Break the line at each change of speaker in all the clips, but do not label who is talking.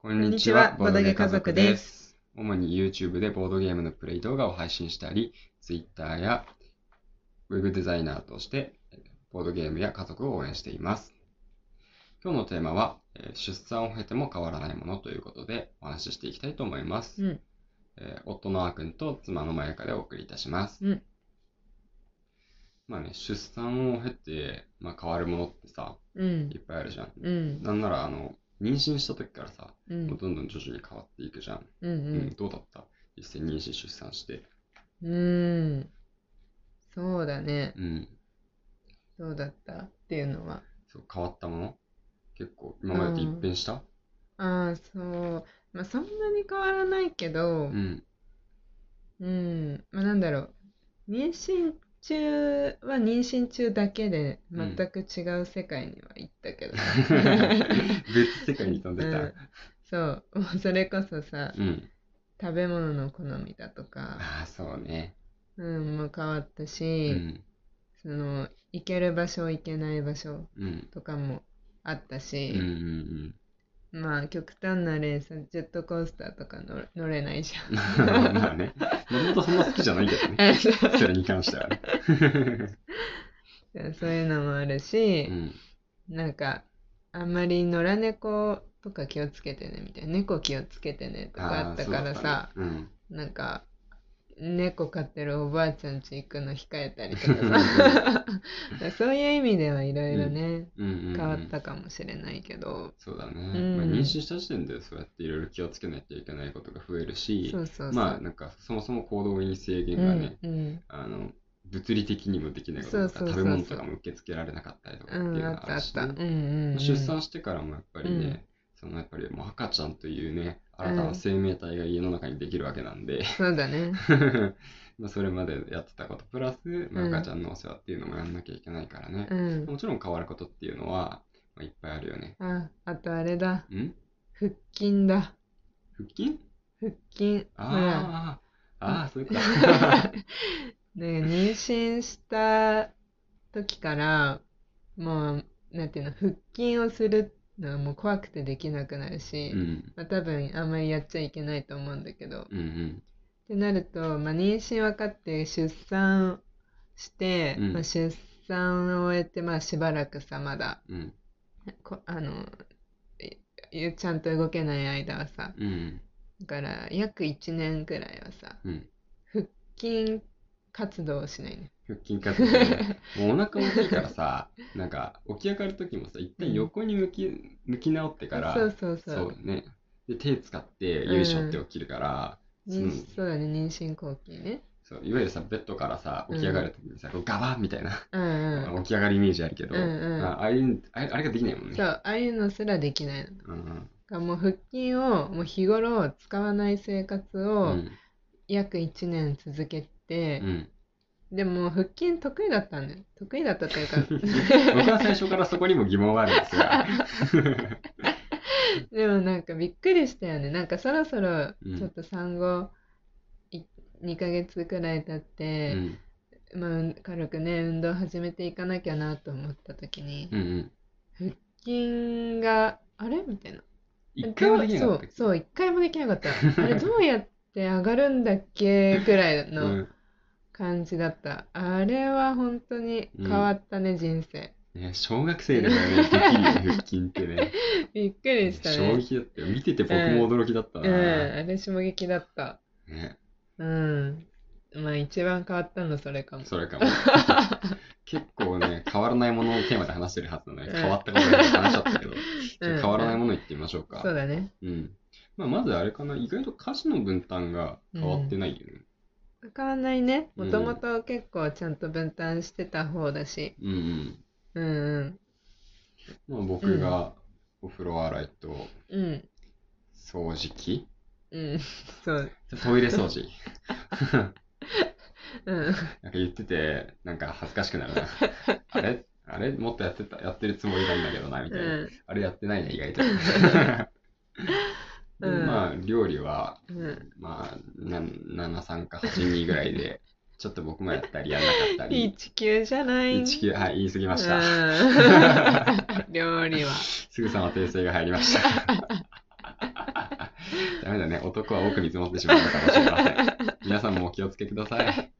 こ。
んにちはボードゲ家族です
主に YouTube でボードゲームのプレイ動画を配信したり、Twitter や Web デザイナーとして、ボードゲームや家族を応援しています。今日のテーマは、えー出産を経ても変わらないものということでお話ししていきたいと思います。
うん
えー夫のあーくんと妻のまやかでお送りいたします。
うん
まあね、出産を経て、まあ、変わるものってさ、
うん
いっぱいあるじゃん。
うん
なんなら、あの、妊娠した時からさ、
う
もうんどんどん徐々に変わっていくじゃん。
うん
う
うん
ん、どうだった実際妊娠、出産して。
うんそうだね
うん、
どうだったっていうのは
そう変わったもの結構、今までと一変した
ああそうまあそんなに変わらないけ
う
ど
ん、
うんまあなんだろう妊娠中は妊娠中だけで
うん
全く違う世界には行ったけど
別世界に飛んでた。
そうもうそれこそさ
うん。
食べ物の好みだとか、
ああ、そうね。
うん、もう変わった
う
し、
ん。
その行ける場所行けない場所
うん。
とかもあった
うんうんう
し、
ん。
まあ極端なレースジェットコースターとか乗れ乗れないじゃん。
まあね。もともとそんな好きじゃないけ どね。それに関してはね。
そういうのもあるし
う、ん。
なんかあんまり野良猫とか気をつけてねみたいな猫気をつけてねとかあったからさ、
そうだね
なんか猫飼ってるおばあちゃんち行くの控えたりと
うん
かさだから そういう意味ではいろいろね、
うん。うんうんうん
変わったかもしれないけど、
そうだね。
ん
まあ、妊娠した時点でそうやっていろいろ気をつけないといけないことが増えるし、
そうそうそう、
まあなんかそもそも行動に制限
う
がね、
んうん
あの物理的にもできないこととか
そうそうそ
食
うそう
べ物とかも受け付けられなかったりとかっていう
うん、あ
の
っ
があ
たあ
る
っ。
したね、
うんうんうん、
出産してからもやっぱりね、
うん
そのやっぱりもう赤ちゃんというね新たな生命体が家の中にできるわけなん で、
そうだね。
まあそれまでやってたことプラス、まあ
うん
赤ちゃんのお世話っていうのもやんなきゃいけないからね
う、ん。
もちろん変わることっていうのは、まあ、いっぱいあるよね
あ、あとあれだ。
ん
腹筋だ。
腹筋
腹筋。ほら。
あー、ああーそういうこと
ね、妊娠した時から、もう、なんていうの、腹筋をするのはもう怖くてできなくなるし、
うん
まあ多分あんまりやっちゃいけないと思うんだけど。っ
うんうん
てなると、まあ妊娠分かって出産して、
うん
まあ出産を終えて、まあしばらくさ、まだ、
うん
こあのいいちゃんと動けない間はさ
うん
だから約1年くらいはさ
うん
腹筋活動をしないね
腹筋活動ねもうお腹大きいから さなんか起き上がる時もさ一旦横に向き向き直ってから
そうそうそう
そうねで手使ってよいしょって起きるから、
妊
うん
そうだね妊娠後期ね
そういわゆるさベッドからさ起き上がる時に さ、こうガバンみたいな、
うんうん
起き上がるイメージあるけど、
うんうん
まあ、ああいうあれあれができないもんね
そうああいうのすらできないのだ
うん
からもう腹筋をもう日頃使わない生活
う
を
ん
約1年続け
う
て、
ん、
でも腹筋得意だったんだよ得意だったというか
僕は最初からそこにも疑問があるんですが
でもなんかびっくりしたよね。なんかそろそろ
うん
ちょっと産後い2ヶ月くらい経っ
う
て、
ん
まあうん軽くね、運動始めていかなきゃなと思った時に
う、んうん
筋が、あれみたいな。
一回もできなかったっ
どう
け
そう、そう、一回もできなかった。あれどうやって上がるんだっけくらいうの
ん
感じだった。あれは本当に変わったね、人生。
ね、小学生でもねできるよね腹筋ってね
びっくりした
衝
ね。
撃だったよ。見てて僕も驚きだった
う
な。
ん、あれ衝撃だった。
ね、
うん。まあ一番変わったのそれかも。
それかも。 結構ね、変わらないものをテーマで話してるはずなのに、
うん
変わったことで話しちゃったけど、
うん
変わらないもの言ってみましょうか。
そうだね。
うん。まあ、まずあれかな、意外と歌詞の分担が変わってないよね。
変わんないね。
うん
もともと結構ちゃんと分担してた方だし。
うん、うん、
うんうん。
まあ、僕がお風呂洗いと
うん。
掃除機、
うん。そう。
トイレ掃除。
うん。
なんか言ってて、なんか恥ずかしくなるな。あれあれもっとやってた、やってるつもりなんだけどな、みたいな。
う
あれやってない ね、意外と。で
うん
まあ、料理は、
ん。うん。
まあ、な73か82ぐらい で、ちょっと僕もやったりやんなかったり、
一級じゃない。
19、はい、言い過ぎました。
うん。料理は。
すぐさま訂正が入りました。 ダメだね。男は多く見積もってしまうのかもしれませ ん。皆さんもお気をつけください。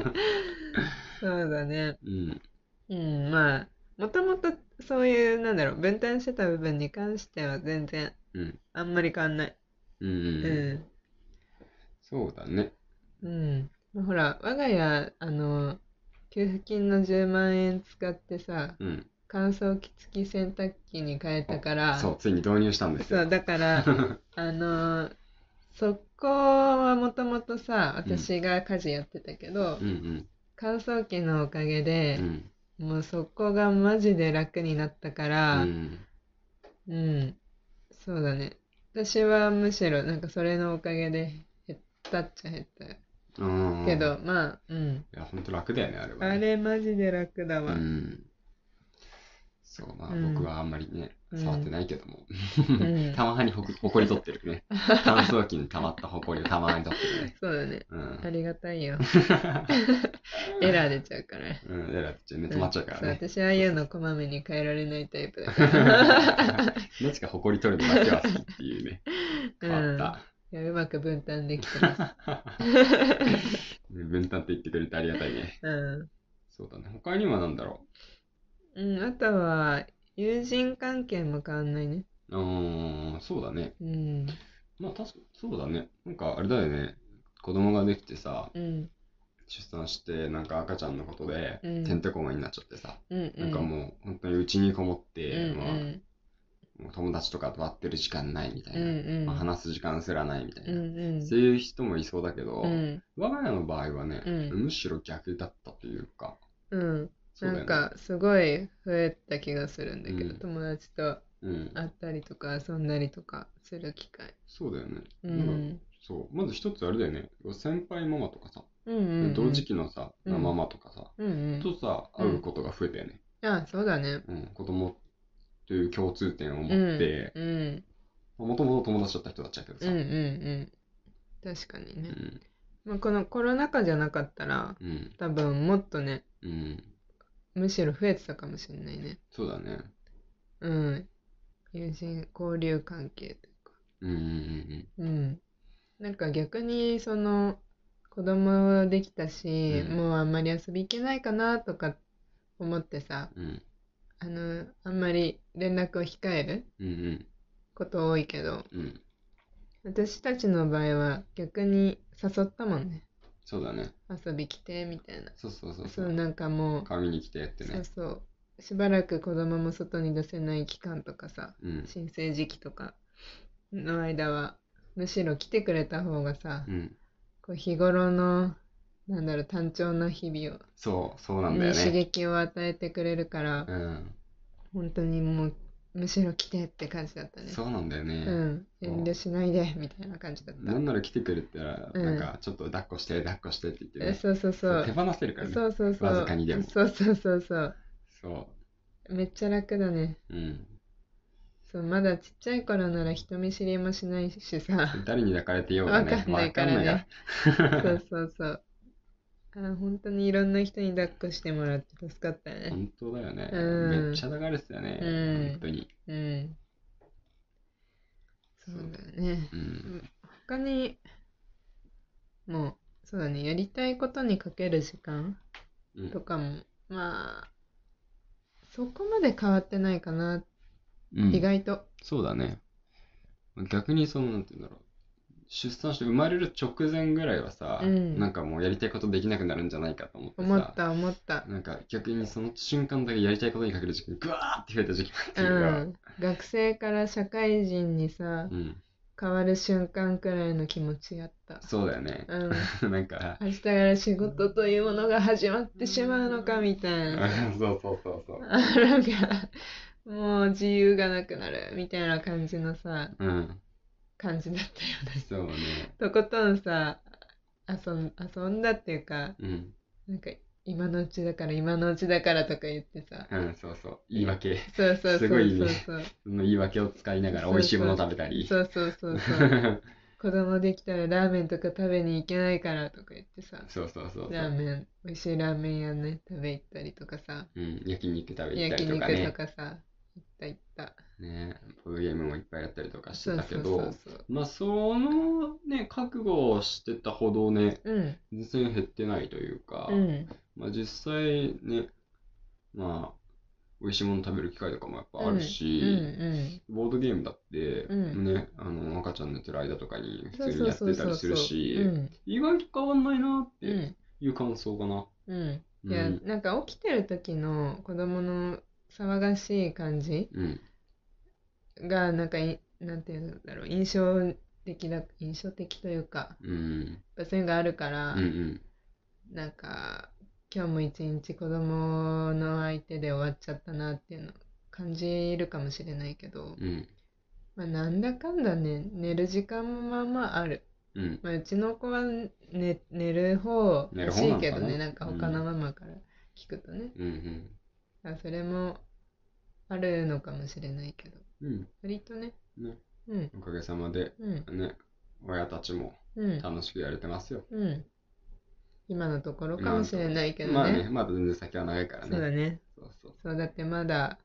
そうだね。
うん。
うん、まあ、もともとそういう、なんだろう、分担してた部分に関しては全然
うん。
あんまり変わんない。
うん。
うん。
そうだね。
うん。まあほら、我が家、あの、給付金の10万円使ってさ、
うん。
乾燥機付き洗濯機に変えたから、
そう、ついに導入したんです
そ
よ
う。だからあのそこはもともとさ
うん
私が家事やってたけど、
うんうん。
乾燥機のおかげ
う
で、
ん。
もうそこがマジで楽になったか
う
らうん、
ん。
そうだね私はむしろなんかそれのおかげで減ったっちゃ減った
うん
けど、。まあうん
いや、ほんと楽だよね、あれはね。
あれマジで楽だ
う
わ、
ん。そう、まあ、
うん
僕はあんまりね、
うん
触ってないけども。
ん
たまにほこほこり取ってる ね。乾燥機に溜まったほこりをたまに取ってるね。
そうだね
う
あ
ん。
りがた いよエラー出ちゃうから
うん、だから、ちょっとね、止まっちゃうからね
そ。私ああいうのこまめに変えられないタイプだから。
どっちかほこり取るのだけは好きっていうね。 変わった。
いやうまく分担できてます。
分担って言ってくれてありがたいね。
うん。
そうだね。他には何だろ
うん、あとは、友人関係も変わんないね。
う。うーん、そうだね。
うん。
まあ、確かそうだね。なんかあれだよね。子供ができてさ、
うん。
出産して、なんか赤ちゃんのことで、
うん
てんてこまいになっちゃってさ、
うん、うん。
なんかもう本当にうちにこもっ
う
て、
ん、
まあ、もう友達とかと会ってる時間ないみたい
うん、う
な、
ん。
まあ、話す時間すらないみたいな、
うん、うん。
そういう人もいそうだけど、
うん、
我が家の場合はね、
うん
むしろ逆だったというか、
うん。
そうだ
な
よね
んか、すごい増えた気がするんだけど、
うん
友達と
うん、
会ったりとか遊んだりとかする機会。
そうだよね。
う
なんか
ん。
そうまず一つあれだよね、先輩ママとかさ、
うん、うん。
同時。期のさ、
うん
ママとかさ、
うん、うん。
とさ、会うことが増えたよね。
あ、そうだね。
うん、子供という共通点を持
うん。
って、
うん。
もともと友達だった人だっちゃうけど
うん
さ、
うんうん。確かに
う
ね。
ん、
まあ、このコロナ禍じゃなかったら、
うん、
多分もっとね、
うん、
むしろ増えてたかもしれないね。
そうだね。
うん。友人、交流関係というか。
うん、うん、うん
うん。なんか逆に、その、子供できたし、
うん
もうあんまり遊び行けないかなとか思ってさ、
うん、うん、
あの、あんまり連絡を控える
うん、
こと多いけど、
うん、うん、
私たちの場合は逆に誘ったもんね。
そうだね。
遊び来て、みたいな。
そうそうそう。
そう、なんかもう、
紙に来てって
そ
ね
う。そうしばらく子供も外に出せない期間とかさ
うん、
申請時期とかの間はむしろ来てくれた方がさ、
うん、
こう日頃のなんだろう単調な日々
そう、そう
を、
なんだよ
に刺
ね。
激を与えてくれるから、
うん、
本当にもうむしろ来てって感じだったね
そうなんだよね。
うん遠慮しないでみたいな感じだっ
なんなら来てくれたら、
うん
なんかちょっと抱っこして、抱っこしてって言って
た、え
ね。
そうそうそ
手
う
放せるからね。
そうそうそう
わずかにでも
そうそうそうそう
そ
めっちゃ楽だね
う。うん。
そうまだちっちゃい頃なら人見知りもしないしさ
誰に抱かれてようがね。
わかんないからね
わかんないか
そ
ら
うそうそうあ本当にいろんな人に抱っこしてもらって助かったね
本当だよね。
うん
めっちゃ流れてたよね。
うん
本当に。
うんそうだね
うん。
他にもうそうだねやりたいことにかける時間
うん
とかもまあそこまで変わってないかな、
うん
意外と
そうだね。逆にその、なんて言うんだろう。出産して生まれる直前ぐらいはさ、
うん
なんかもうやりたいことできなくなるんじゃないかと思ってさ。
思った思った
なんか逆にその瞬間だけやりたいことにかける時間、ぐわーって増えた時期もあった
う
けど
ん学生から社会人にさ
うん。
変わる瞬間くらいの気持ちやった
そうだよね。
うん
なんか、
明日から仕事というものが始まってしまうのかみたいな
そうそうそうそう。
なんかもう自由がなくなるみたいな感じのさ
うん。
感じだったよね
そうね。
とことんさ遊ん遊んだっていうか
うん。
なんか今のうちだから今のうちだからとか言ってさ
うん、そうそう。言い訳。
そうそうそ
す
う
ごい
そう
ね
そう、
その言い訳を使いながら美味しいもの食べたり。
そうそうそうそう子供できたらラーメンとか食べに行けないからとか言ってさ
そうそうそうそう。
ラーメン美味しいラーメン屋ね食べ行ったりとかさ
うん、焼肉食べ行ったり
焼
と
肉
か
と
ね。
かさ行った行った
ね、ボードゲームもいっぱいやったりとかし
そ
て
う
た
そ
け
うそ
ど
う、そう。
まあ、そのね、覚悟をしてたほどね、
うん。
全然減ってないというか、
うん。
まあ、実際ね、まあ、美味しいもの食べる機会とかもやっぱあるし、
うん
ボードゲームだって、
うん
ね、あの赤ちゃん寝てる間とかに
うん。
普通にやってたりするし、
うん。
意外と変わんないなっ
う
て
ん。
いう感想かな。
うん。
うん、
いや、なんか起きてる時の子供の騒がしい感じ
うん、
が、なんかい、なんていうんだろう、印象的だ、印象的というか、
うん、
やっぱそういうのがあるから
うん、う、ん、
なんか、今日も一日子供の相手で終わっちゃったなっていうの感じるかもしれないけど、
うん、
まあ、なんだかんだね、寝る時間もまあまあある。
うん、
まあ、うちの子は寝寝る方
寝る
ら
方
しいけど
な
ね、な
の
ん
か
か
な
他のママから聞くとね。
うん、
だからそれもあるのかもしれないけど、
うん、
割とね、
ね
うん、
おかげさまで、
うん、
ね、親たちも
うん、
楽しくやれてますよ。
うん。今のところかもしれないけどね。
まあね、まだ全然先は長いから
そうだ
ね。
ね。
そうそう
そうだってまだ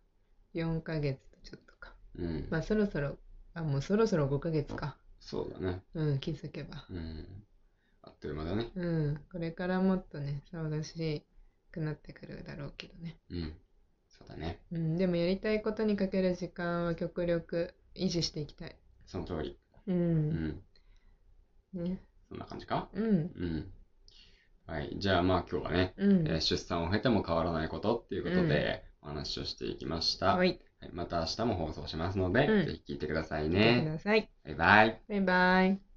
4ヶ月とちょっとか。
うん、
まあそろそろ、あ、もうそろそろ5ヶ月か。
そうだね。
うん、気づけば。
うん。あっという間だね。
うん、これからもっとね、騒がしくなってくるだろうけどね。
うん。そうだね。
うん、でもやりたいことにかける時間は極力維持していきたい。
その通り。
う。
うんん。
ね。
そんな感じか
うん。
うん。はい。じゃあまあ今日はね、
う
えー
ん。
出産を経ても変わらないことっていうことでお話をしていきました。
は
はい、
い。
また明日も放送しますので、
うん
ぜひ聞いてください
見て
ね。
ください。
バイバイ。
バイバイ。